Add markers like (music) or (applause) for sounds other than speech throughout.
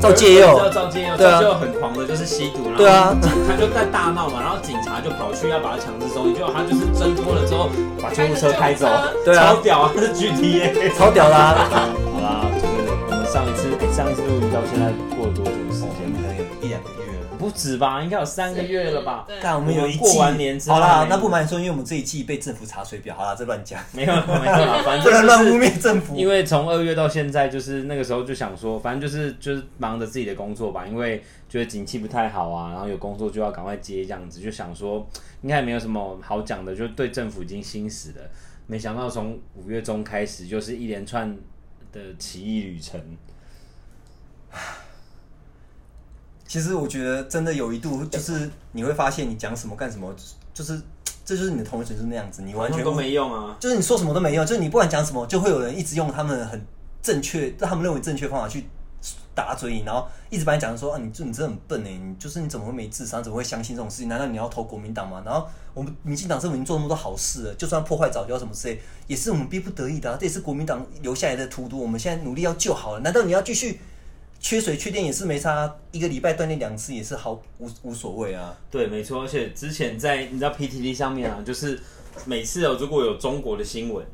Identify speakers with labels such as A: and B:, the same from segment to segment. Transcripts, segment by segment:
A: 赵介佑
B: 你知道赵介佑，
A: 对啊
B: 赵介佑很狂的，就是吸毒，然后
A: 对啊
B: 警他就在大闹嘛，然后警察就跑去要把他强制收押，结果他就是挣脱了之后，把救护车开走，
A: 对啊
B: 超屌啊，这是 GTA。
A: 超屌的啊！
B: (laughs)
A: (laughs)
B: 好啦，就是我们上一次哎上一次录音到现在过了多久时间？
A: 可能有一两个月了。
B: 不止吧，应该有三个月了吧？
C: 对，
A: 但我们有一季
B: 过完年之后
A: 好啦，
B: 没
A: 那不瞒你说，因为我们这一季被政府查水表，好啦，这乱
B: (laughs)
A: 讲，
B: 没有了，没有了，反正
A: 不
B: 就
A: 能
B: 是
A: 乱污蔑政府。
B: 因为从二月到现在，就是那个时候就想说，反正就是就是忙着自己的工作吧，因为觉得景气不太好啊，然后有工作就要赶快接这样子，就想说应该也没有什么好讲的，就对政府已经心死了。没想到从五月中开始，就是一连串的奇异旅程。
A: 其实我觉得真的有一度就是你会发现，你讲什么干什么，就是这就是你的同文层就是那样子，你完全
B: 都没用啊！
A: 就是你说什么都没用，就是你不管讲什么，就会有人一直用他们很正确，他们认为正确方法去打嘴你，然后一直把你讲说啊，你就你真的很笨哎，你就是你怎么会没智商，怎么会相信这种事情？难道你要投国民党吗？然后我们民进党政府已经做那么多好事了，就算破坏早教什么之类，也是我们逼不得已的、啊，这也是国民党留下来的荼毒，我们现在努力要救好了，难道你要继续？缺水缺电也是没差，啊一个礼拜锻炼两次也是毫无无所谓啊。
B: 对，没错，而且之前在你知道 PTT 上面啊，就是每次哦，如果有中国的新闻，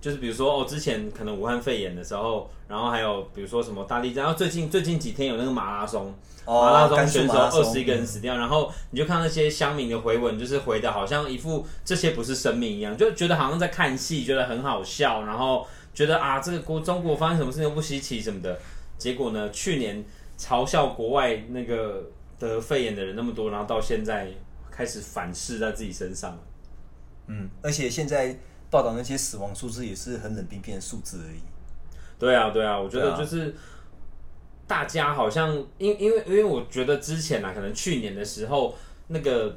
B: 就是比如说哦，之前可能武汉肺炎的时候，然后还有比如说什么大地震，然后最近最近几天有那个马拉松，
A: 哦
B: 马拉
A: 甘
B: 松
A: 肃
B: 选手
A: 马拉松
B: 二十一个人死掉，然后你就看那些乡民的回文，就是回的好像一副这些不是生命一样，就觉得好像在看戏，觉得很好笑，然后觉得啊，这个国中国发生什么事情都不稀奇什么的。结果呢，去年嘲笑国外那个得肺炎的人那么多，然后到现在开始反噬在自己身上。
A: 嗯，而且现在报道那些死亡数字也是很冷冰冰的数字而已。
B: 对啊，对啊，我觉
A: 对
B: 得
A: 啊
B: 就是大家好像因因为因为我觉得之前啊，可能去年的时候那个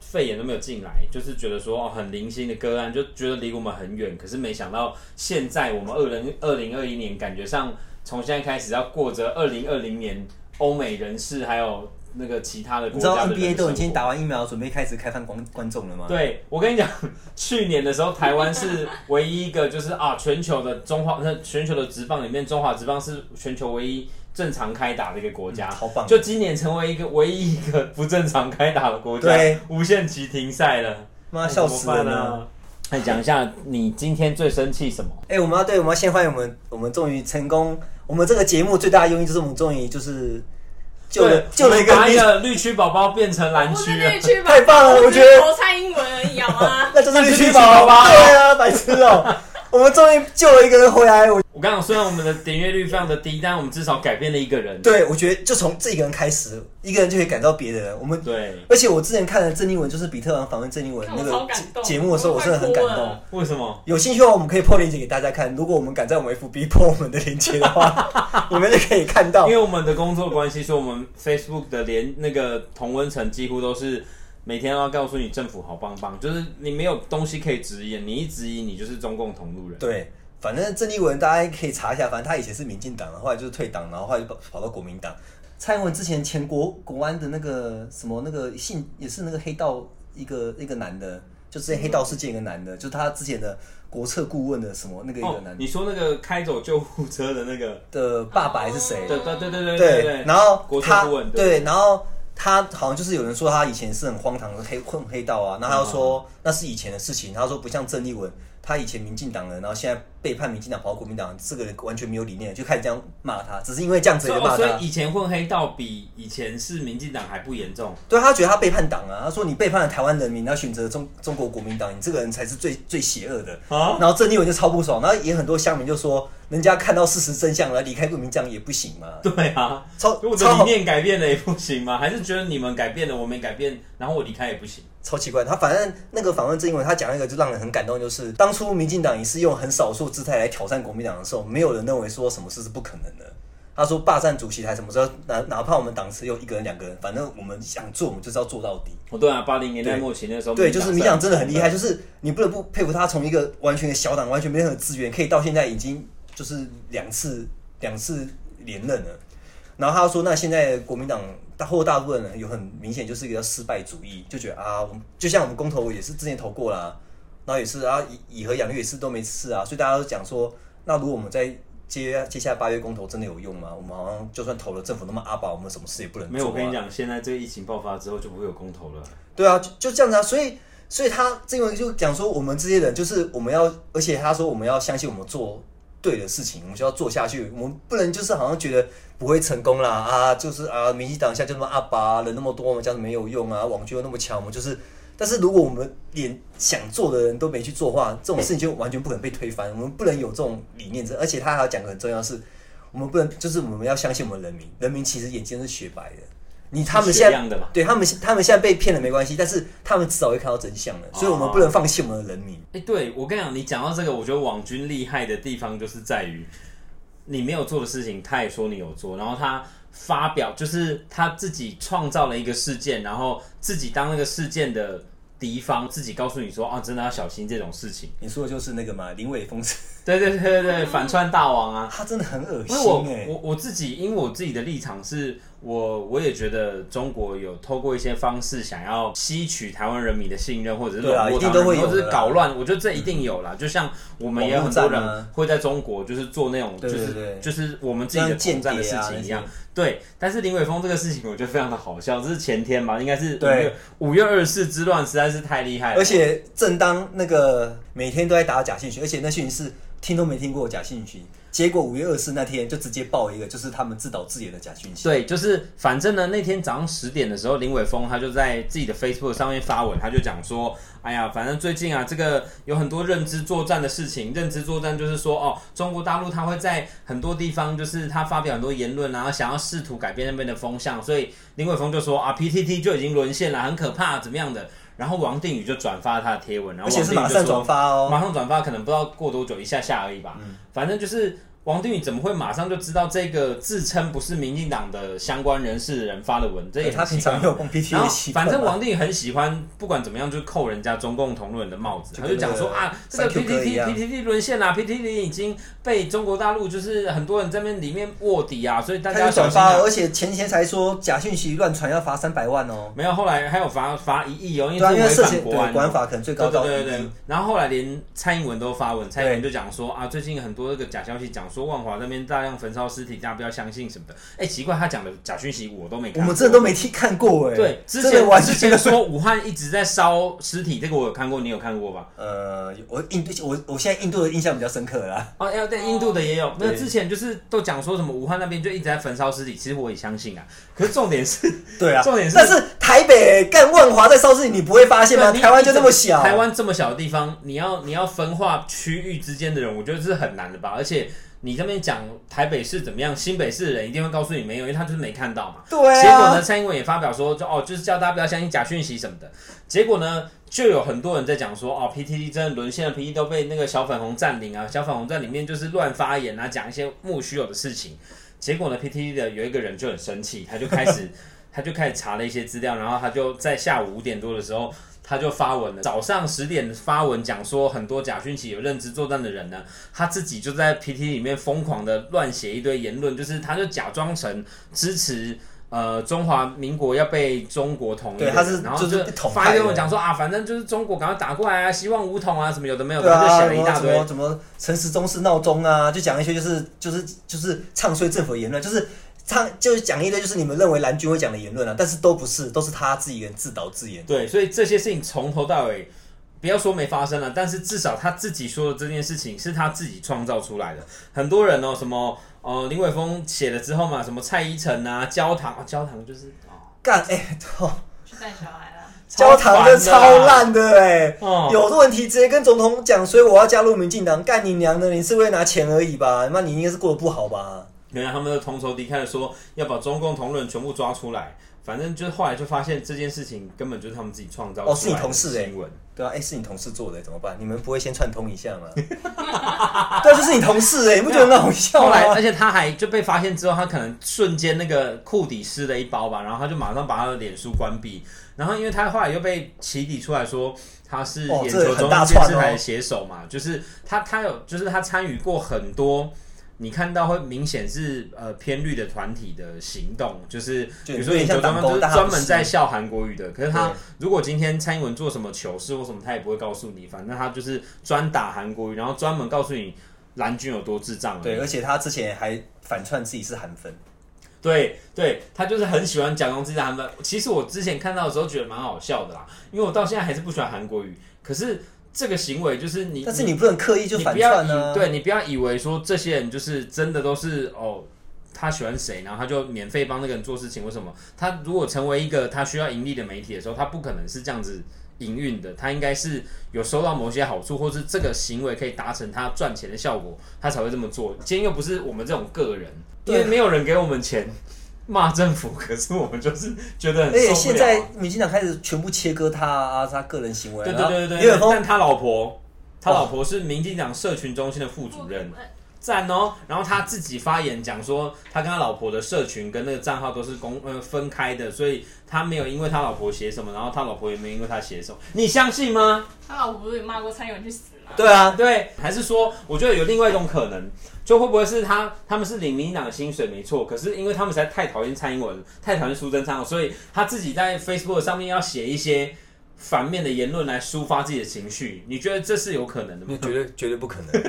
B: 肺炎都没有进来，就是觉得说哦很零星的个案，就觉得离我们很远。可是没想到现在我们二零二零二一年，感觉上从现在开始要过着二零二零年欧美人士还有那个其他的
A: 你
B: 国
A: 知道
B: 家的
A: NBA
B: 人
A: 都已
B: 生
A: 经
B: 活
A: 打完疫苗，准备开始开放观观众了吗？，
B: 对，我跟你讲，去年的时候，台湾是唯一一个就是啊，全球的中华，那全球的职棒里面，中华职棒是全球唯一正常开打的一个国家。
A: 超嗯棒。
B: 就今年成为一个唯一一个不正常开打的国家
A: (laughs) 对，
B: 无限期停赛了，
A: 妈笑死人啊
B: 啊
A: 了！！
B: 那哎讲一下你今天最生气什么？
A: 哎、我们要对，我们要先欢迎我们，我们终于成功。我们这个节目最大的用意就是我们终于就是救了
B: 对
A: 救了一个
B: 把一
A: 例子，
B: 个绿区宝宝变成蓝
C: 不
B: 区啊
C: 是
B: 了
C: 那。区吧？
A: 太棒了
C: 我
A: 我觉得？
C: 投蔡英文啊而已，好吗
A: (laughs) 那就是
B: 那
A: 绿
B: 就是
A: 区
B: 绿区
A: 宝
B: 宝宝
A: 宝。对啊，白痴哦、 (laughs) 我们终于救了一个人回来。我
B: 我刚讲，虽然我们的点阅率非常的低，但我们至少改变了一个人。
A: 对我觉得就从这一个人开始，一个人就可以感到别人。我们
B: 对，
A: 而且我之前看了郑丽文，就是比特王访问郑丽文
C: 看
A: 那
C: 我
A: 个
C: 超感动
A: 节目的时候，
C: 我
A: 我
C: 都
A: 真的很
C: 快
A: 感
C: 哭
A: 动
C: 了。
B: 为什么？
A: 有兴趣的话，我们可以破链接给大家看。如果我们敢在我们 FB (laughs) 破我们的链接的
B: (laughs)
A: 话，你们就可以看到
B: 因。为我们的工作关系，所以我们 Facebook 的连那个同温层几乎都是每天都要告诉你政府好棒棒，就是你没有东西可以质疑，你一质疑你就是中共同路人。
A: 对，反正郑丽文大家可以查一下，反正他以前是民进党，后来就是退党，然后后来就跑跑到国民党。蔡英文之前前国国安的那个什么那个性也是那个黑道一个一个男的，就之前黑道事件一个男的，就是他之前的国策顾问的什么那个一个
B: 哦
A: 男，的
B: 你说那个开走救护车的那个，
A: 的爸爸还是谁？
B: 对对对对对
A: 对
B: 对，
A: 然后
B: 国
A: 他
B: 策顾问
A: 对，然后他好像就是有人说他以前是很荒唐的黑混黑道啊，然后他又说、
B: 嗯
A: 那是以前的事情，他说不像郑丽文，他以前民进党人，然后现在背叛民进党跑到国民党，这个人完全没有理念，就开始这样骂他，只是因为这样子
B: 所以
A: 就
B: 哦
A: 骂
B: 所
A: 他。
B: 以以前混黑道比以前是民进党还不
A: (laughs)
B: 严重。
A: 对他觉得他背叛党啊，他说你背叛了台湾人民，然后选择中中国国民党，你这个人才是最最邪恶的。
B: 啊
A: 然后郑丽文就超不爽，然后也很多乡民就说，人家看到事实真相了，离开国民党也不行嘛，
B: 对啊，
A: 超
B: 我的
A: 超
B: 理
A: 好
B: 念改变了也不行吗？还是觉得你们改变了，我没改变，然后我离开也不行？
A: 超奇怪，他反正那个访问郑英文，他讲了一个就让人很感动，就是当初民进党也是用很少数姿态来挑战国民党的时候，没有人认为说什么事是不可能的。他说霸占主席台什么时候，哪哪怕我们党只有一个人、两个人，反正我们想做，我们就是要做到底。
B: 哦，对啊，八零年代末期那时候，
A: 对，就是民党真的很厉害，
B: 是啊
A: 就是你不得不佩服他，从一个完全的小党，完全没任何资源，可以到现在已经就是两次两次连任了。然后他说，那现在国民党大或大部分人有很明显就是一个叫失败主义，就觉得啊，我们就像我们公投也是之前投过啦、然后也是啊，以以和养绿也是都没事啊，所以大家都讲说，那如果我们在接接下来八月公投真的有用吗？我们好像就算投了政府那么阿宝，我们什么事也不能做、啊。
B: 没有，我跟你讲，现在这个疫情爆发之后就不会有公投了。
A: 对啊，就就这样子啊，所以所以他这个就讲说，我们这些人就是我们要，而且他说我们要相信我们做对的事情，我们就要做下去，我们不能就是好像觉得不会成功啦啊，就是啊，民进党现在就那么阿巴，人那么多，我们这样子没有用啊，网军又那么强，我们就是。但是如果我们连想做的人都没去做的话，这种事情就完全不可能被推翻。我们不能有这种理念，而且他还要讲个很重要的是，我们不能就是我们要相信我们人民，人民其实眼睛是雪白的。你他们
B: 是
A: 现
B: 一样的
A: 在
B: 嘛
A: 对他们他们现在被骗了没关系，但是他们迟早会看到真相的，所以我们不
B: 哦
A: 能放弃我们的人民。
B: 哎、对我跟你讲，你讲到这个，我觉得网军厉害的地方就是在于，你没有做的事情，他也说你有做，然后他发表就是他自己创造了一个事件，然后自己当那个事件的敌方，自己告诉你说啊，真的要小心这种事情。
A: 你说的就是那个嘛，林伟
B: (laughs)
A: 峰，
B: 对对对对对，反串大王啊，
A: 他真的很恶
B: 因
A: 心
B: 为我
A: 哎、
B: 我我自己，因为我自己的立场是，我我也觉得中国有透过一些方式想要吸取台湾人民的信任，或者是
A: 对啊
B: 笼络
A: 一定
B: 台湾
A: 都会
B: 人
A: 有
B: 或者
A: 的
B: 是
A: 啦嗯
B: 搞乱，我觉得这一定有啦。就像我们也有很多
A: 网络战
B: 人
A: 啊
B: 会在中国就是做那种就
A: 对对
B: 是
A: 对
B: 就是我们自己的
A: 像间
B: 统战的
A: 谍
B: 事
A: 啊
B: 情一
A: 那
B: 样
A: 些。
B: 对，但是林伟峰这个事情我觉得非常的好笑，这是前天吧，应该是五
A: 对
B: 月五月二十四之乱实在是太厉害了
A: 而。且正当那个每天都在打假讯息，而且那讯息是听都没听过的假讯息，结果五月二四那天就直接爆一个，就是他们自导自演的假讯息。
B: 对，就是反正呢，那天早上十点的时候，林伟峰他就在自己的 Facebook 上面发文，他就讲说，哎呀，反正最近啊，这个有很多认知作战的事情，认知作战就是说，哦，中国大陆他会在很多地方，就是他发表很多言论，然后想要试图改变那边的风向，所以林伟峰就说啊，PTT 就已经沦陷了，很可怕，怎么样的。然后王定宇就转发他的贴文，然
A: 而
B: 后
A: 且
B: 王
A: 是
B: 定宇
A: 马
B: 就
A: 上
B: 说
A: 转发哦。
B: 马上转发，可能不知道过多久，一下下而已吧。
A: 嗯
B: 反正就是王定宇怎么会马上就知道这个自称不是民进党的相关人士的人发的文？这也
A: 他
B: 很
A: 平
B: 奇
A: 常
B: 怪
A: 没。有碰 PT
B: 然后
A: 的习惯
B: 反
A: 嘛，
B: 正王定宇很喜欢，不管怎么样，就扣人家中共同路人的帽子，
A: 就
B: 他
A: 跟
B: 就讲
A: 那个
B: 说啊，这个
A: 3Q 哥一
B: PTT
A: 样
B: PTT 沦陷啦、PTT 啊已经被中国大陆就是很多人在那边里面卧底啊，所以大
A: 他
B: 家要
A: 就
B: 小
A: 转
B: 心
A: 发
B: 啊
A: 了，。而且前几天才说假讯息乱传要罚三百万哦。
B: 没有，后来还有罚罚一亿哦，因为
A: 对啊，因
B: 这
A: 为
B: 违
A: 涉
B: 反
A: 嫌
B: 国
A: 对
B: 安哦
A: 管法可能最高到
B: 对对对
A: 一
B: 对
A: 亿。
B: 然后后来连蔡英文都发文，蔡英文就讲说啊，最近很多这个假消息讲说万华那边大量焚烧尸体，大家不要相信什么的。哎，奇怪，他讲的假讯息我都没看
A: 我
B: 过，
A: 们真的都没听看过哎。
B: 对之
A: 真
B: 前
A: 的完
B: 之
A: 全
B: 前说武汉一直在烧尸体，这个我有看过，你有看过吧？
A: 呃，我印度我我现在印度的印象比较深刻
B: (laughs)
A: 啦。
B: 哦，要在印度的也有，那
A: 对
B: 之前就是都讲说什么武汉那边就一直在焚烧尸体，其实我也相信啊。可是重点是，
A: 对啊，
B: 重点是
A: 但是台北干万华在烧自己，你不会发现吗？
B: 对你
A: 台湾
B: 你
A: 就那
B: 怎
A: 么小，
B: 台湾这么小的地方，你要你要分化区域之间的人，我觉得是很难的吧。而且你这边讲台北市怎么样，新北市的人一定会告诉你没有，因为他就是没看到嘛。
A: 对啊，
B: 结果呢，蔡英文也发表说，就哦，就是叫大家不要相信假讯息什么的。结果呢，就有很多人在讲说，哦，PTT 真的沦陷了，PTT 都被那个小粉红占领啊，小粉红在里面就是乱发言啊，讲一些莫须有的事情。结果呢，PTT 的有一个人就很生气，他就开始 (laughs) 他就开始查了一些资料，然后他就在下午五点多的时候。他就发文了，早上十点发文讲说，很多假讯息有认知作战的人呢，他自己就在 PT 里面疯狂的乱写一堆言论，就是他就假装成支持呃中华民国要被中国统一
A: 对
B: 的人，
A: 他是
B: 然后
A: 就是统
B: 发一
A: 派
B: 堆
A: 的
B: 我讲说啊，反正就是中国赶快打过来啊，希望武统啊什么有的没有
A: 对
B: 的，他就
A: 啊，
B: 写
A: 什
B: 了一
A: 么
B: 大
A: 什
B: 堆
A: 么。什么陈时中是闹钟啊，就讲一些就是就是就是唱衰政府的言论，就是唱就是讲一堆就是你们认为蓝军会讲的言论啊，但是都不是，都是他自己人自导自演。
B: 对，所以这些事情从头到尾，不要说没发生了，但是至少他自己说的这件事情是他自己创造出来的。很多人哦，什么呃林伟峰写了之后嘛，什么蔡依晨啊、焦糖 (laughs) 啊，焦糖就是哦，
A: 干哎，哦
C: 去带小孩啊啦。
A: 焦糖
B: 的
A: 真超，烂的哎、
B: 哦，
A: 有这问题直接跟总统讲，所以我要加入民进党。干你娘的！你是为了拿钱而已吧？那你应该是过得不好吧？
B: 原来他们的同仇敌忾的说要把中共同人全部抓出来，反正就是后来就发现这件事情根本就是他们自己创造
A: 哦
B: 出来的
A: 是你同事欸
B: 新闻。
A: 对啊，哎、是你同事做的、怎么办？你们不会先串通一下吗？ (laughs) 对啊，就是你同事哎、你不觉得很好笑
B: 啊后来，
A: 吗
B: 而？且他还就被发现之后，他可能瞬间那个库底湿了一包吧，然后他就马上把他的脸书关闭。然后，因为他后来又被起底出来说他是
A: 哦
B: 眼
A: 这
B: 球
A: 很
B: 中
A: 大
B: 央电视
A: 串哦
B: 台的写手嘛，就是他他有就是他参与过很多。你看到会明显是呃偏绿的团体的行动，就是比
A: 就
B: 如说
A: 有
B: 眼
A: 点
B: 球
A: 像党工
B: 中央就是
A: 但他
B: 专
A: 不
B: 门
A: 是
B: 在笑韩国语的，可是他
A: 对
B: 如果今天蔡英文做什么糗事或什么，他也不会告诉你，反正他就是专打韩国瑜，然后专门告诉你蓝军有多智障而已
A: 对，而且他之前还反串自己是韩粉，
B: 对对，他就是很喜欢假公济在韩粉。其实我之前看到的时候觉得蛮好笑的啦，因为我到现在还是不喜欢韩国语。可是这个行为就是你，
A: 但是你不能刻意就
B: 你
A: 反
B: 不要
A: 串
B: 以
A: 呢、啊。
B: 对你不要以为说这些人就是真的都是哦，他喜欢谁，然后他就免费帮那个人做事情。为什么？他如果成为一个他需要盈利的媒体的时候，他不可能是这样子营运的，他应该是有收到某些好处，或是这个行为可以达成他赚钱的效果，他才会这么做。今天又不是我们这种个人，因
A: 对
B: 为没有人给我们钱。骂政府，可是我们就是觉得很
A: 而且
B: 受
A: 现
B: 不了啊、
A: 在民进党开始全部切割他啊，他个人行为。
B: 对
A: 然
B: 对
A: 后
B: 对对
A: 李
B: 对
A: 远，峰
B: 但他老婆，他
A: 哦
B: 老婆是民进党社群中心的副主任，啊赞哦。然后他自己发言讲说，他跟他老婆的社群跟那个账号都是公呃分开的，所以他没有因为他老婆写什么，然后他老婆也没有因为他写什么，你相信吗？
C: 他老婆不是也骂过蔡英文去死吗？
A: 对啊，
B: 对，还是说，我觉得有另外一种可能，就会不会是他他们是领民进党的薪水没错，可是因为他们实在太讨厌蔡英文，太讨厌苏贞昌了，所以他自己在 Facebook 上面要写一些反面的言论来抒发自己的情绪。你觉得这是有可能的吗？
A: 绝对绝对不可能。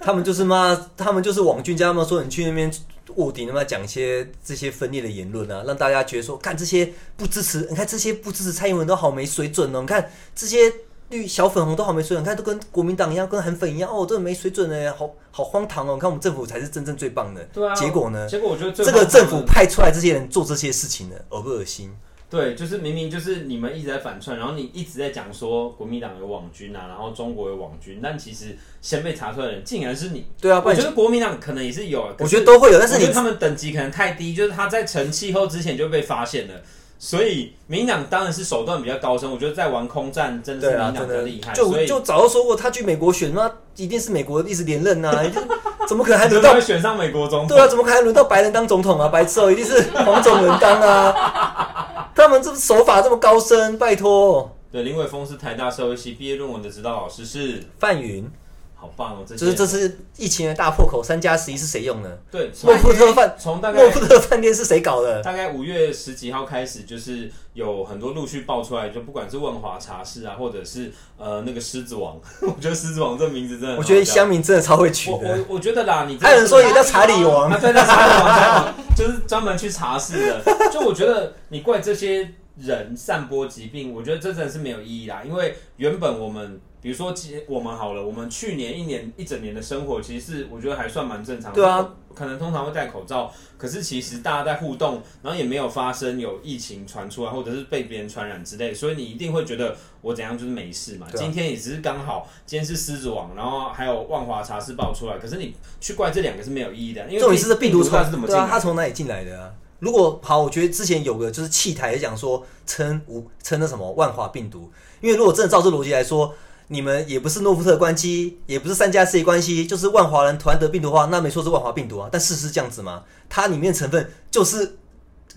A: 他们就是骂，他们就是网军家嘛，说你去那边卧底，他妈讲一些这些分裂的言论啊，让大家觉得说，看这些不支持，你看这些不支持蔡英文都好没水准哦，你看这些绿小粉红都好没水准，你看都跟国民党一样，跟韩粉一样，哦，这没水准呢，好好荒唐哦，你看我们政府才是真正最棒的。
B: 对啊
A: 结果呢，
B: 结果我觉得最
A: 这
B: 后
A: 个
B: 他
A: 政
B: 们
A: 府派出来这些人做这些事情呢，恶不恶心？
B: 对，就是明明就是你们一直在反串，然后你一直在讲说国民党有网军啊，然后中国有网军，但其实先被查出来的人竟然是你。
A: 对啊，不
B: 我
A: 然
B: 觉得国民党可能也是有啊，
A: 我觉得都会有，但是
B: 我
A: 你
B: 觉得他们等级可能太低，就是他在成气候之前就被发现了，所以民进党当然是手段比较高深。我觉得在玩空战真的
A: 对
B: 是民
A: 啊，
B: 进
A: 真
B: 党比较
A: 的
B: 厉害，所
A: 就
B: 以
A: 就早就说过，他去美国选，那一定是美国一直连任呐、啊，就怎么可能还
B: 真
A: 轮
B: 的
A: 到
B: 会选上美国总统
A: 对。啊？怎么可能还轮到白人当总统啊？白痴哦，一定是黄种人当啊！他们这手法这么高深，拜托，
B: 对，林伟峰是台大社会系毕业论文的指导老师，是
A: 范云，
B: 好棒哦，这
A: 就是这
B: 些
A: 次疫情的大破口，三加十一是谁用的？
B: 对
A: 莫夫特饭
B: 从大
A: 莫
B: 概
A: 夫特饭店是谁搞的？
B: 大概五月十几号开始，就是有很多陆续爆出来，就不管是万华茶室啊，或者是呃那个狮子王， (laughs) 我觉得狮子王这名字真的很好
A: 我觉得
B: 笑
A: 乡民真的超会取
B: 我
A: 的，
B: 我我觉得啦，你真的
A: 还有人说
B: 是
A: 也叫查理王
B: 啊，，对，那查理王，查理王就是专门去查事的。 (laughs) 就我觉得你怪这些人散播疾病，我觉得这真的是没有意义啦。因为原本我们，比如说其我们好了，我们去年一年一整年的生活，其实是我觉得还算蛮正常的。
A: 对啊，
B: 可能通常会戴口罩，可是其实大家在互动，然后也没有发生有疫情传出来，或者是被别人传染之类，所以你一定会觉得我怎样就是没事嘛。
A: 对啊
B: 今天也只是刚好，今天是狮子王，然后还有万华茶室爆出来，可是你去怪这两个是没有意义的，因为
A: 重点是这病毒
B: 不知
A: 从
B: 道是怎么进
A: 对啊，
B: 来
A: 它
B: 的。
A: 从哪里进来的啊？如果好，我觉得之前有个就是气台也讲说称无称那什么万华病毒，因为如果真的照这逻辑来说，你们也不是诺夫特的关系，也不是三加四的关系，就是万华人突然得病毒的话，那没错是万华病毒啊。但事实是这样子吗？它里面成分就是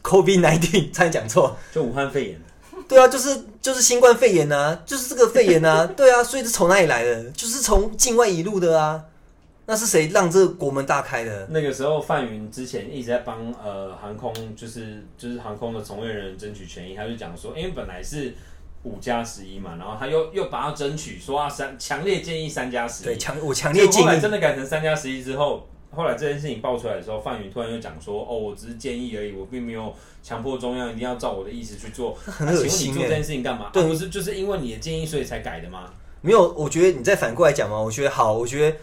A: COVID nineteen，差点讲错。
B: 就武汉肺炎，
A: 对啊，就是就是新冠肺炎啊，就是这个肺炎啊，对啊，所以是从哪里来的？就是从境外引入的啊。那是谁让这个国门大开的？
B: 那个时候范云之前一直在帮呃航空，就是就是航空的从业人员争取权益，他就讲说，因为本来是五加十一嘛，然后他又又把它争取说啊三，强烈建议三加十一，
A: 对，强我强烈建
B: 结果后来
A: 议
B: 真的改成三加十一之后，后来这件事情爆出来的时候，范云突然又讲说：“哦，我只是建议而已，我并没有强迫中央一定要照我的意思去做。”
A: 很
B: 啊
A: 恶
B: 请问你
A: 心
B: 做这
A: 哎、
B: 件事情干嘛？
A: 对
B: 啊不是就是因为你的建议所以才改的吗？
A: 没有，我觉得你再反过来讲嘛，我觉得好，我觉得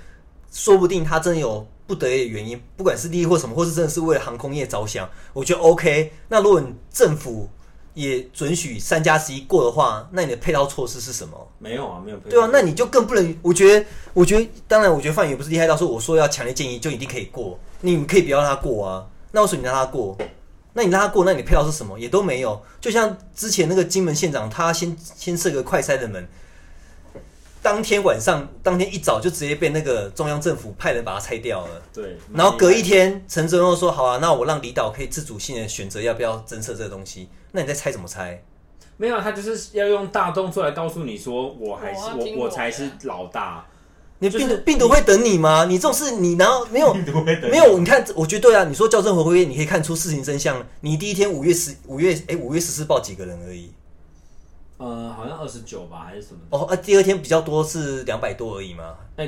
A: 说不定他真的有不得已的原因，不管是利益或什么，或是真的是为了航空业着想，我觉得 OK。那如果你政府也准许三加十一过的话，那你的配套措施是什么？
B: 没有啊，没有配合。
A: 对啊，那你就更不能。我觉得，我觉得，当然，我觉得范宇不是厉害到说我说要强烈建议就一定可以过，你们可以不要让他过啊。那为什么你让他过？那你让他过，那你的配套是什么？也都没有。就像之前那个金门县长，他先先设个快筛的门，当天晚上，当天一早就直接被那个中央政府派人把他拆掉了。
B: 对，
A: 然后隔一天，陈泽又说：“好啊，那我让离岛可以自主性的选择要不要增设这个东西。”那你再拆怎么拆？
B: 没有啊，他就是要用大动作来告诉你说，我还是
C: 我要
B: 我
C: 听
B: 我
C: 我的啊
B: 才是老大，
A: 你
B: 就是
A: 病毒病毒会等你吗？你这种事，你难道没有？
B: 你都会等
A: 没有，你看，我觉得对啊。你说校正回归，你可以看出事情真相。你第一天五月十五月哎五月十四报几个人而已，
B: 呃，好像二十九吧，还是什么的。
A: 哦，啊，第二天比较多是两百多而已嘛。
B: 那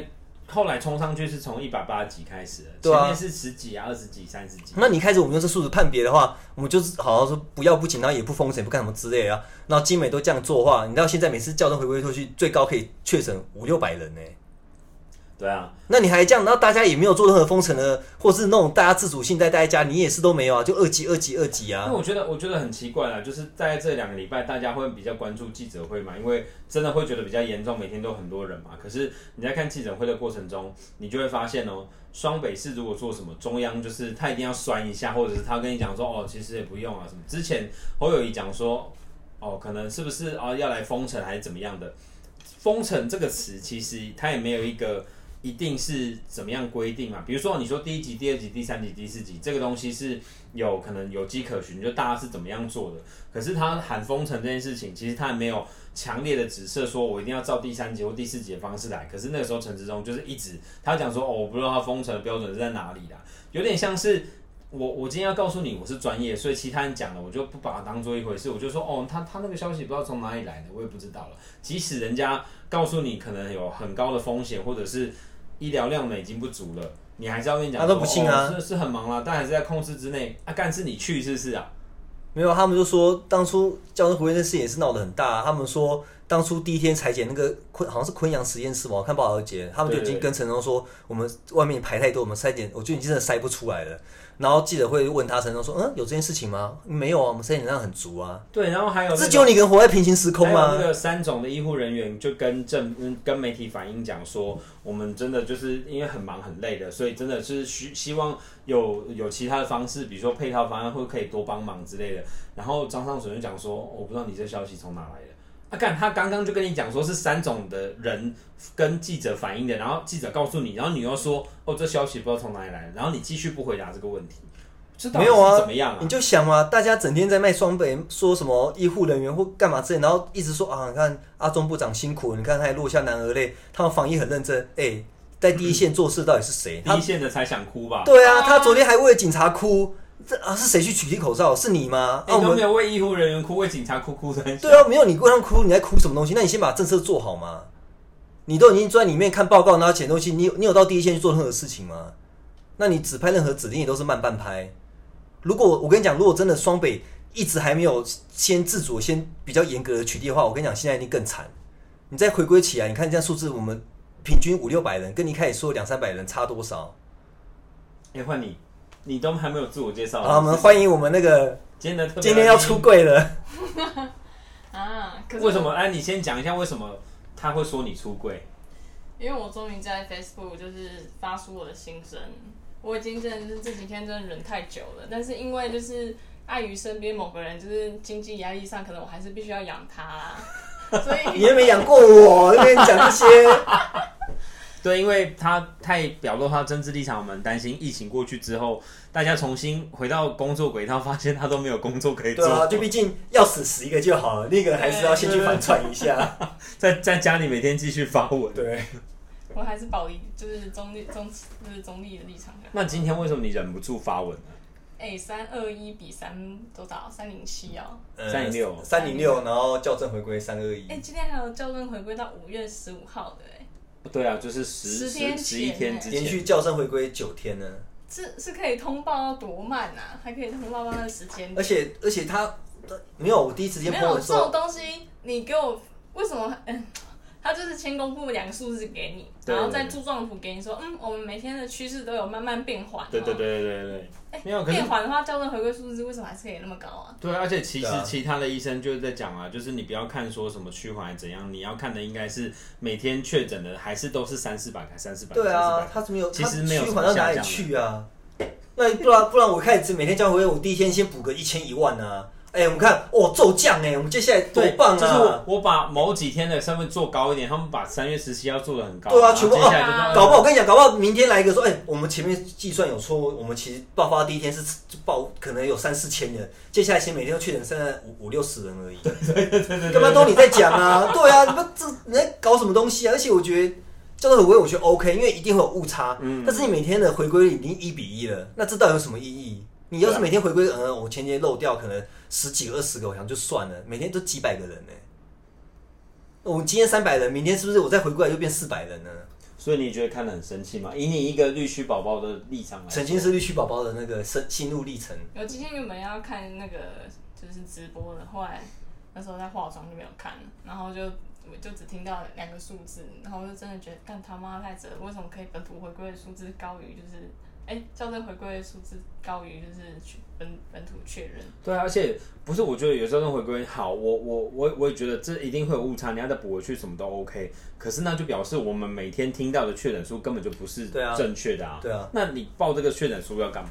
B: 后来冲上去是从一百八十几开始的，
A: 对啊
B: 前面是十几啊、二十几、三十几。
A: 那你开始我们用这数值判别的话，我们就是好好说不要不紧，然后也不封神，也不干什么之类的啊。然后精美都这样做的话，你到现在每次校正回归过去，最高可以确诊五六百人呢、
B: 对啊，
A: 那你还这样，然后大家也没有做任何封城的，或是那种大家自主性待在家，你也是都没有啊，就二级、二级、二级
B: 因
A: 啊
B: 为。我觉得我觉得很奇怪啦，就是在这两个礼拜，大家会比较关注记者会嘛，因为真的会觉得比较严重，每天都很多人嘛。可是你在看记者会的过程中，你就会发现哦，双北市如果做什么，中央就是他一定要酸一下，或者是他跟你讲说哦，其实也不用啊什么。之前侯友谊讲说哦，可能是不是哦要来封城还是怎么样的？封城这个词其实它也没有一个。一定是怎么样规定嘛？比如说，你说第一集、第二集、第三集、第四集，这个东西是有可能有迹可循，就大家是怎么样做的。可是他喊封城这件事情，其实他也没有强烈的指示说我一定要照第三集或第四集的方式来。可是那个时候陈志忠就是一直他讲说，哦，我不知道他封城的标准是在哪里啦，有点像是。我我今天要告诉你我是专业，所以其他人讲了我就不把它当做一回事，我就说哦，他他那个消息不知道从哪里来的，我也不知道了。即使人家告诉你可能有很高的风险，或者是医疗量呢已经不足了，你还是要跟你讲
A: 他
B: 说，
A: 都不信啊
B: 哦是是很忙啦，但还是在控制之内。啊，干是你去是不是啊？
A: 没有，他们就说当初校正回归那事也是闹得很大、啊他们说当初第一天裁剪那个昆好像是昆阳实验室吧，我看报道姐，他们就已经
B: 对对
A: 跟陈忠说我们外面排太多，我们筛检，我觉得你真的筛不出来了。然后记者会问他，陈忠说：“嗯，有这件事情吗？没有啊，我们筛检量很足啊。
B: 对，然后还有、那个
A: 这只有你一个人活在平行时空
B: 还有
A: 吗
B: 那？个三种的医护人员就跟政嗯跟媒体反映讲说，我们真的就是因为很忙很累的，所以真的是希希望有有其他的方式，比如说配套方案，或可以多帮忙之类的。然后张尚存就讲说，我不知道你这消息从哪来的。啊，干！他刚刚就跟你讲说是三种的人跟记者反映的，然后记者告诉你，然后你又说哦，这消息不知道从哪里来的，然后你继续不回答这个问题，这到
A: 没
B: 底
A: 有啊
B: 是怎么样啊？
A: 你就想嘛，大家整天在卖双北，说什么医护人员或干嘛之类，然后一直说啊，你看阿中部长辛苦，你看他还落下男儿泪，他们防疫很认真，哎、在第一线做事到底是谁？
B: 第
A: 他
B: 一线的才想哭吧？
A: 对啊，他昨天还为了警察哭，这啊是谁去取缔口罩？是你吗？
B: 你
A: 啊，我
B: 哎都
A: 们
B: 没有为医护人员哭，为警察哭哭的。
A: 对啊，没有你为他们哭，你在哭什么东西？那你先把政策做好嘛。你都已经坐在里面看报告，然后写东西，你有你有到第一线去做任何事情吗？那你只拍任何指令也都是慢半拍。如果我跟你讲，如果真的双北一直还没有先自主、先比较严格的取缔的话，我跟你讲，现在一定更惨。你再回归起来，你看这样数字，我们平均五六百人，跟你一开始说两三百人差多少？
B: 哎，换你，你都还没有自我介绍。
A: 啊好，我们欢迎我们那个
B: 今天的特别
A: 今天要出柜了。
C: 啊，可是
B: 为什么？哎，你先讲一下为什么他会说你出柜？
C: 因为我终于在 Facebook 就是发出我的心声，我已经真的是这几天真的忍太久了，但是因为就是碍于身边某个人就是经济压力上，可能我还是必须要养他啦，所
A: 你
C: 以
A: 又没养过我，那边讲这
B: (laughs)
A: 些，
B: 对，因为他太表露他政治立场，我们担心疫情过去之后，大家重新回到工作轨道，发现他都没有工作可以
A: 对啊，
B: 做，
A: 就毕竟要死十一个就好了，另一个还是要先去反串一
B: (laughs)
A: 下。
B: 在在家里每天继续发文。
A: 对，
C: 我还是保持就是中立中就是中立的立场的。
B: 那今天为什么你忍不住发文呢？
C: 哎、三二一比三多少？三零七哦。
B: 306
A: 呃三零六，然后校正回归三二一
C: 哎、，今天还有校正回归到五月十五号的哎、
B: 对啊，就是十
C: 十天
B: 十一
C: 前
B: 天
C: 欸
B: 之
A: 连
B: 前，
A: 续校正回归九天呢。
C: 是是可以通报到多慢啊？还可以通报到那个时间点
A: 而且而且他没有，我第一时间
C: 没
A: 播
C: 有
A: 的
C: 这
A: 时
C: 种
A: 候，
C: 东西，你给我为什么？嗯，他就是先公布两个数字给你，
B: 对
C: 然后再柱状图给你说，嗯，我们每天的趋势都有慢慢变缓、哦。
B: 对对对对对对，没有，可是
C: 变缓的话，校正回归数字为什么还是可以那么高啊？
B: 对，而且其实
A: 对啊
B: 其他的医生就是在讲啊，就是你不要看说什么趋缓怎样，你要看的应该是每天确诊的还是都是三四百，三四百，
A: 对啊
B: 300，
A: 他是没有，
B: 其实没有
A: 他趋
B: 什么
A: 缓到哪里
B: 下降
A: 去啊？那不然不然我开始每天校正回归，我第一天先补个一千一万啊。哎、我们看哦，骤降哎、我们接下来多
B: 对，
A: 棒啊！
B: 就是我我把某几天的身份做高一点，他们把三月十七要做的很高，
A: 对啊，
B: 然后
A: 全部
B: 接
A: 哦
B: 下来就呃慢慢
A: 搞不好我跟你讲，搞不好明天来一个说，哎、我们前面计算有错误，我们其实爆发第一天是爆，可能有三四千人，接下来其实每天都确诊现在五五六十人而已。对对对对干嘛都你在讲 (laughs) 啊？对啊，你们这你在搞什么东西啊？而且我觉得。交通回归我觉得 OK，因为一定会有误差。
B: 嗯
A: 但是你每天的回归率已经一比一了，那这到底有什么意义？你要是每天回归，呃，我前天漏掉可能十几二十个，我想就算了，每天都几哦百个人呢、我今天三百人，明天是不是我再回归来就变四百人呢？
B: 所以你觉得看得很生气吗？以你一个绿区宝宝的立场来说，
A: 曾经是绿区宝宝的那个生心路历程，
C: 有今天原本要看那个就是直播的，后来那时候在化妆就没有看，然后就我就只听到两个数字，然后我就真的觉得干他妈太扯了，为什么可以本土回归的数字高于就是哎校正回归的数字高于就是去本本土确认？
B: 对啊，而且不是，我觉得有时候那回归好，我我我我也觉得这一定会有误差，你要再补回去什么都 OK。可是那就表示我们每天听到的确诊数根本就不是
A: 对啊
B: 正确的啊。
A: 对啊，
B: 那你报这个确诊数要干嘛？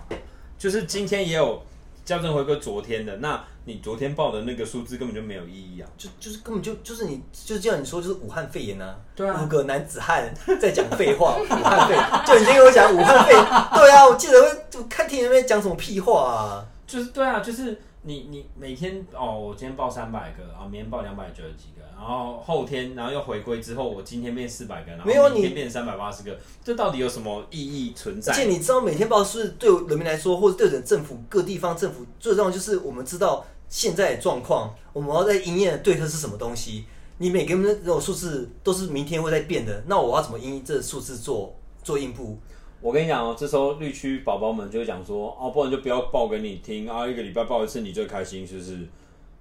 B: 就是今天也有校正回归昨天的，那你昨天报的那个数字根本就没有意义啊。
A: 就就是根本就就是你就像你说就是武汉肺炎啊，
B: 对啊
A: 五个男子汉在讲废
B: (laughs)
A: 话，武汉肺炎，就你今天跟我讲武汉肺炎，对啊，我记得会就看听你那边讲什么屁话啊，
B: 就是对啊，就是你你每天哦，我今天报三百个，然后明天报两百九十几个，然后后天然后又回归之后，我今天变四百个，然
A: 没有
B: 后明天
A: 你
B: 变三百八十个，这到底有什么意义存在
A: 而？且你知道每天报是对人民来说，或者对整政府各地方政府最重要就是我们知道现在的状况，我们要在应验的对策是什么东西。你每个人的那种数字都是明天会在变的，那我要怎么因这数字做做应付？
B: 我跟你讲哦，这时候绿区宝宝们就会讲说，哦，不然就不要报给你听啊，一个礼拜报一次你最开心，是不是？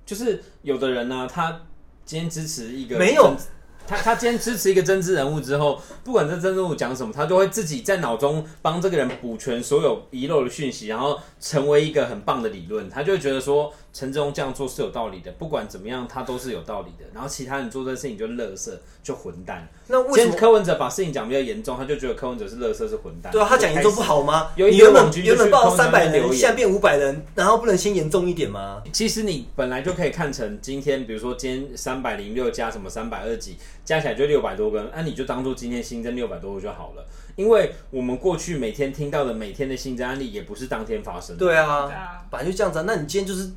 B: 就是有的人呢、他今天支持一个
A: 没有
B: 政治，他他今天支持一个政治人物之后，不管这政治人物讲什么，他就会自己在脑中帮这个人补全所有遗漏的讯息，然后成为一个很棒的理论，他就会觉得说陈志忠这样做是有道理的，不管怎么样他都是有道理的，然后其他人做这个事情就乐色就混蛋。
A: 那
B: 今
A: 为什
B: 天
A: 么？
B: 柯文哲把事情讲比较严重，他就觉得柯文哲是乐色是混蛋。
A: 对啊，他讲
B: 就
A: 严
B: 开
A: 重
B: 始
A: 不。好吗？
B: 有一
A: 你
B: 些
A: 原
B: 网
A: 本
B: 军
A: 原
B: 就
A: 本
B: 去
A: 报
B: 空中
A: 三百
B: 留言
A: 人，现在变五百人，难道不能先严重一点吗？
B: 其实你本来就可以看成今天，比如说今天三百零六加什么三百二几，加起来就六百多个，那、你就当做今天新增六百多个就好了。因为我们过去每天听到的每天的新增案例也不是当天发生的。
A: 对啊，
C: 对啊
A: 本来就这样子啊。那你今天就是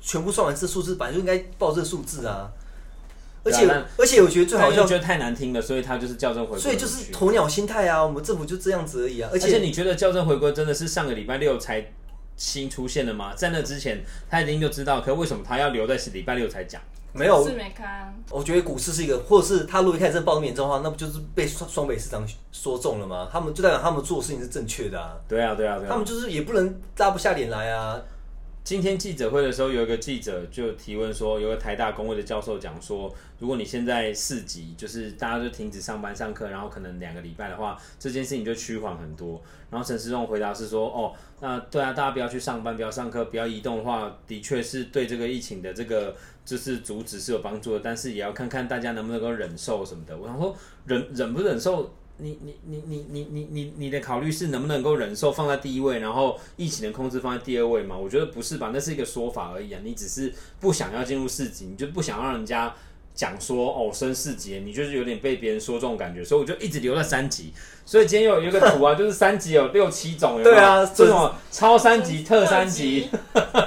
A: 全部算完这数字，本来就应该报这数字啊。而且、
B: 对啊
A: 而且，我觉得最好
B: 但因为
A: 笑，
B: 觉得太难听了，所以他就是校正回归。
A: 所以就是鸵鸟心态啊。我们政府就这样子而已啊。而
B: 而
A: 且
B: 且你觉得校正回归真的是上个礼拜六才新出现的吗？在那之前他已经就知道，可为什么他要留在礼拜六才讲？
A: 没有
C: 是，没看，
A: 我觉得股市是一个，或者是他如果一开始真的报那么严重的话，那不就是被双双北市长说中了吗？他们就代表他们做的事情是正确的啊。
B: 对啊，对啊，对啊。
A: 他们就是也不能拉不下脸来啊。
B: 今天记者会的时候，有一个记者就提问说，有个台大工位的教授讲说，如果你现在四级，就是大家就停止上班上课，然后可能两个礼拜的话，这件事情就趋缓很多。然后陈时中回答是说，哦，那对啊，大家不要去上班，不要上课，不要移动的话，的确是对这个疫情的这个就是阻止是有帮助的，但是也要看看大家能不能够忍受什么的。我想说，忍忍不忍受你你你你你你你你的考虑是能不能够忍受放在第一位，然后疫情的控制放在第二位嘛？我觉得不是吧，那是一个说法而已啊。你只是不想要进入市集，你就不想让人家讲说哦升四级，你就是有点被别人说中感觉，所以我就一直留在三级。所以今天有有一个图啊，就是三级有六七种，有没有
A: 对啊
B: 这种超三级、特三级，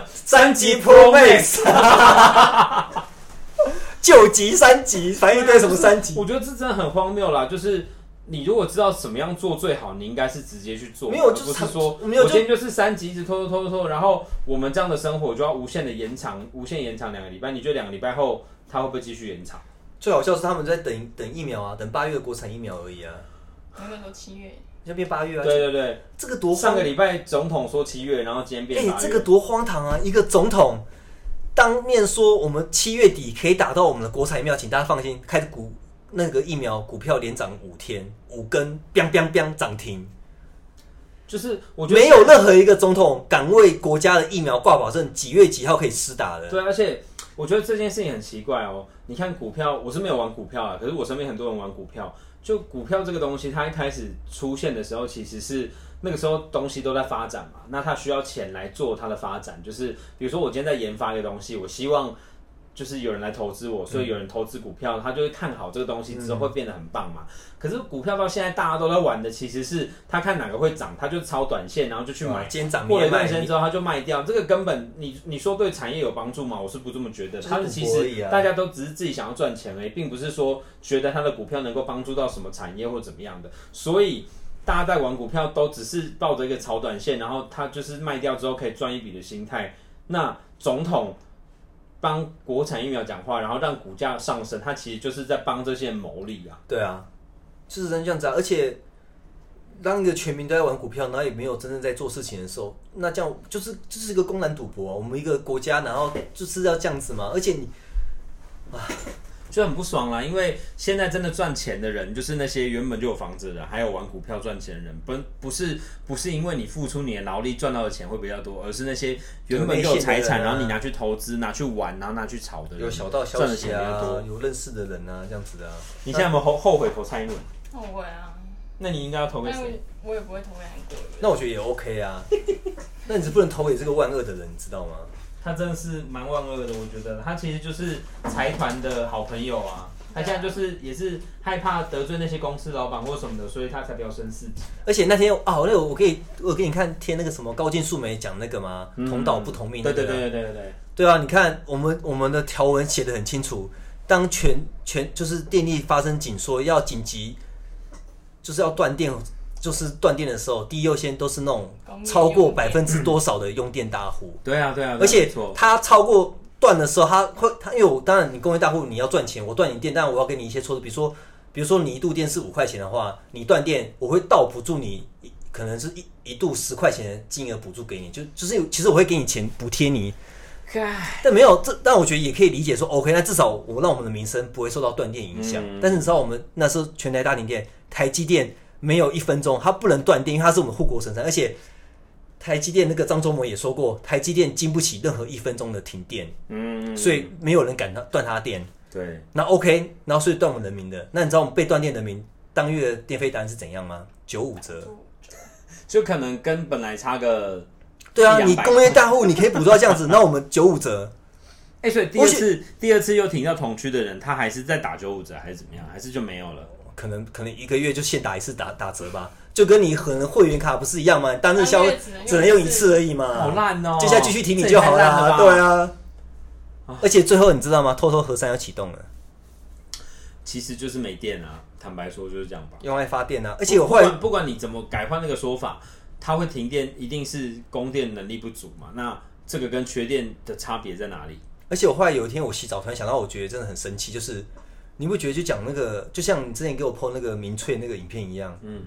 A: 三级 Pro (laughs) Max，九级三级，反正一堆哎什么三级。
B: 我觉得这真的很荒谬啦，就是。你如果知道怎么样做最好，你应该是直接去做，
A: 没有
B: 而
A: 就是
B: 不
A: 他
B: 是说
A: 没有
B: 我
A: 就
B: 今天就是三级一直拖拖拖拖，然后我们这样的生活就要无限的延长，无限延长两个礼拜。你觉得两个礼拜后它会不会继续延长？
A: 最好笑是他们在等等疫苗啊，等八月的国产疫苗而已啊，
C: 原本都七月，
A: 就变八月啊。
B: 对对对，
A: 这个多
B: 上
A: 荒
B: 个礼拜总统说七月，然后今天变
A: 哎、
B: 八月，
A: 这个多荒唐啊！一个总统当面说我们七月底可以打到我们的国产疫苗，请大家放心，开始股那个疫苗股票连涨五天，五根 biang biang biang 涨停，
B: 就是我觉得
A: 没有任何一个总统敢为国家的疫苗挂保证几月几号可以施打的。
B: 对，而且我觉得这件事情很奇怪哦。你看股票，我是没有玩股票啊，可是我身边很多人玩股票。就股票这个东西，它一开始出现的时候，其实是那个时候东西都在发展嘛，那它需要钱来做它的发展。就是比如说，我今天在研发一个东西，我希望就是有人来投资我，所以有人投资股票，他就会看好这个东西之后会变得很棒嘛。可是股票到现在大家都在玩的，其实是他看哪个会涨，他就超短线，然后就去买。
A: 今天涨
B: 过了
A: 也
B: 一段
A: 卖
B: 时，间之后，他就卖掉，这个根本你你说对产业有帮助吗？我是不这么觉得。
A: 就是
B: 他是其
A: 赌博而已
B: 实
A: 啊
B: 大家都只是自己想要赚钱而已，并不是说觉得他的股票能够帮助到什么产业或怎么样的。所以大家在玩股票都只是抱着一个炒短线，然后他就是卖掉之后可以赚一笔的心态。那总统帮国产疫苗讲话，然后让股价上升，他其实就是在帮这些人谋利啊。
A: 对啊，事实上这样子啊，而且当一个全民都在玩股票，然后也没有真正在做事情的时候，那这样就是就是一个公然赌博啊！我们一个国家，然后就是要这样子嘛，而且你
B: 就很不爽啦，因为现在真的赚钱的人，就是那些原本就有房子的人，还有玩股票赚钱的人，不不是不是因为你付出你的劳力赚到的钱会比较多，而是那些原本就有
A: 有
B: 财产，
A: 内线的人啊
B: 然后你拿去投资、拿去玩，然后拿去炒的人，
A: 有小道消
B: 赚的
A: 息
B: 钱比较
A: 啊
B: 多。，
A: 有认识的人啊，这样子的啊。
B: 你现在有没有后后悔投蔡英文？
C: 后悔啊，
B: 那你应该要投给
C: 但
B: 谁？
C: 我也不会投给韩国瑜。
A: 那我觉得也 OK
B: (laughs)
A: 啊。那你是不能投给这个万恶的人，你知道吗？
B: 他真的是蛮万恶的，我觉得他其实就是财团的好朋友啊。他现在就是也是害怕得罪那些公司老板或什么的，所以他才表身事己。
A: 而且那天啊，那个我给你我给你看贴那个什么高进素梅讲那个嘛，同道不同命、
B: 嗯
A: 啊
B: 对对对
A: 对
B: 对对对对。
A: 对啊！你看我们我们的条文写的很清楚，当全全就是电力发生紧缩，要紧急就是要断电，就是断电的时候，第一优先都是那种
C: 公益
A: 超过
C: 用
A: 百
C: 电嗯
A: 分之多少的用电大户。
B: 对啊，对啊，对啊
A: 而且
B: 没错
A: 它超过断的时候，它会它因为我当然你工业大户你要赚钱，我断你电，但我要给你一些措施，比如说比如说你一度电是五块钱的话，你断电我会倒补助你一可能是一一度十块钱的金额补助给你，就就是有其实我会给你钱补贴你，但没有这，但我觉得也可以理解说，OK，那至少我让我们的民生不会受到断电影响。
B: 嗯
A: 但是你知道，我们那时候全台大停电，台积电没有一分钟，它不能断电，因为它是我们护国神山，而且台积电那个张忠谋也说过，台积电经不起任何一分钟的停电，
B: 嗯，
A: 所以没有人敢断它电。
B: 对，
A: 那 OK，然后所以断我们人民的，那你知道我们被断电人民当月的电费单是怎样吗？九五折。
B: 就可能跟本来差个，
A: 对啊，
B: 100
A: 你工业大户你可以补到这样子，那我们九五折。
B: 哎、所以第二次第二次又停到同区的人，他还是在打九五折，还是怎么样，还是就没有了？
A: 可能可能一个月就限打一次打打折吧，就跟你可能会员卡不是一样吗？你单日消
C: 单
A: 费
C: 月只能用
A: 只能用一次而已嘛，
B: 好烂哦
A: 就再啊继续提你就好啦，
B: 这也太
A: 对
B: 烂了
A: 啊。而且最后你知道吗？偷偷核三要启动了，
B: 其实就是没电啊，坦白说就是这样吧。
A: 用爱发电啊！而且我
B: 不
A: 后来
B: 管不管你怎么改换那个说法，它会停电，一定是供电能力不足嘛？那这个跟缺电的差别在哪里？
A: 而且我后来有一天我洗澡，突然想到，我觉得真的很生气，就是你不觉得就讲那个，就像你之前给我 PO 那个民粹那个影片一样，
B: 嗯，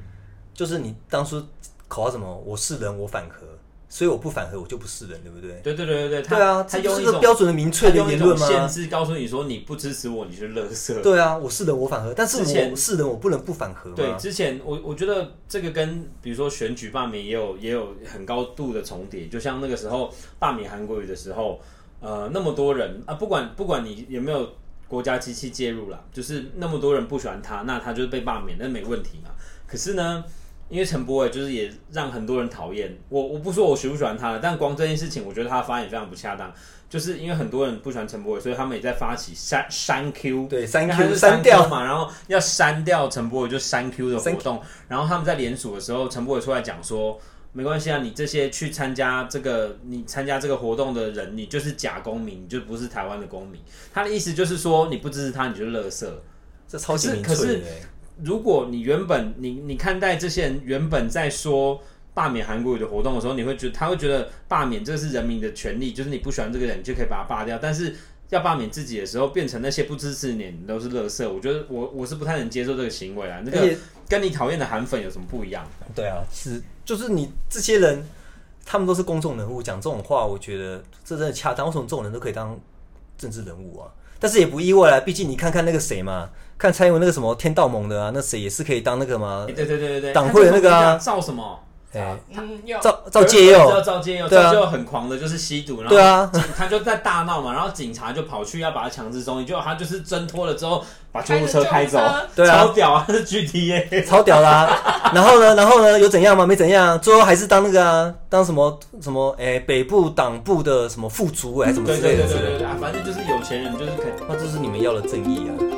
A: 就是你当初口号什么“我是人，我反核”，所以我不反核，我就不是人，对不对？
B: 对对对对对，他
A: 对啊，
B: 他
A: 这就
B: 用
A: 是
B: 一
A: 个
B: 种
A: 标准的民粹的
B: 他用一
A: 言论
B: 种
A: 吗？
B: 限制告诉你说你不支持我，你是垃圾。
A: 对啊，我是人，我反核，但是
B: 之前
A: 我是人，我不能不反核嘛。
B: 对，之前我我觉得这个跟比如说选举罢免也有也有很高度的重叠，就像那个时候罢免韩国瑜的时候，呃，那么多人啊，不管不管你有没有国家机器介入啦，就是那么多人不喜欢他，那他就是被罢免，那没问题嘛。可是呢，因为陈柏伟就是也让很多人讨厌我，我不说我喜不喜欢他了，但光这件事情，我觉得他的发言非常不恰当，就是因为很多人不喜欢陈柏伟，所以他们也在发起删删 Q，
A: 对删
B: 因为他
A: Q，
B: 是
A: 删掉
B: Q 嘛，然后要删掉陈柏伟就删 Q 的活动，然后他们在联署的时候，陈柏伟出来讲说。没关系啊，你这些去参加这个，你参加这个活动的人，你就是假公民，你就不是台湾的公民。他的意思就是说，你不支持他，你就是垃圾。
A: 这超级
B: 可是
A: 民粹
B: 可是
A: 的欸
B: 如果你原本你你看待这些人原本在说罢免韩国瑜的活动的时候，你会觉得他会觉得罢免这是人民的权利，就是你不喜欢这个人，你就可以把他罢掉。但是要罢免自己的时候，变成那些不支持你的人都是垃圾，我觉得我我是不太能接受这个行为啊。那
A: 而
B: 个
A: 且
B: 跟你讨厌的韩粉有什么不一样？
A: 对啊，其实就是你这些人，他们都是公众人物，讲这种话，我觉得这真的恰当。为什么这种人都可以当政治人物啊？但是也不意外啦，毕竟你看看那个谁嘛，看蔡英文那个什么天道盟的啊，那谁也是可以当那个嘛哎
B: 诶，哎对对对对对，
A: 呃党会的那个啊
B: 他这造什么？
A: 哎，
C: 嗯，有
A: 赵赵介
B: 知道
A: 佑，
B: 啊赵介佑，
A: 对啊
B: 赵介佑很狂的，就是吸毒，然后
A: 对啊，
B: 他就在大闹嘛，然后警察就跑去要把他强制送医，结果他就是挣脱了之后，把救护车开走
C: 开着救护车，
A: 对啊
B: 超屌啊，是 GTA，
A: 超屌啦、 (laughs) 然后呢，然后呢，有怎样吗？没怎样，啊最后还是当那个啊，当什么什么，哎、北部党部的什么副主委，还是什么
B: 对
A: 之类
B: 对
A: 的
B: 对
A: 之类的
B: 对对对，啊反正就是有钱人就是可以。
A: 那这是你们要的正义啊！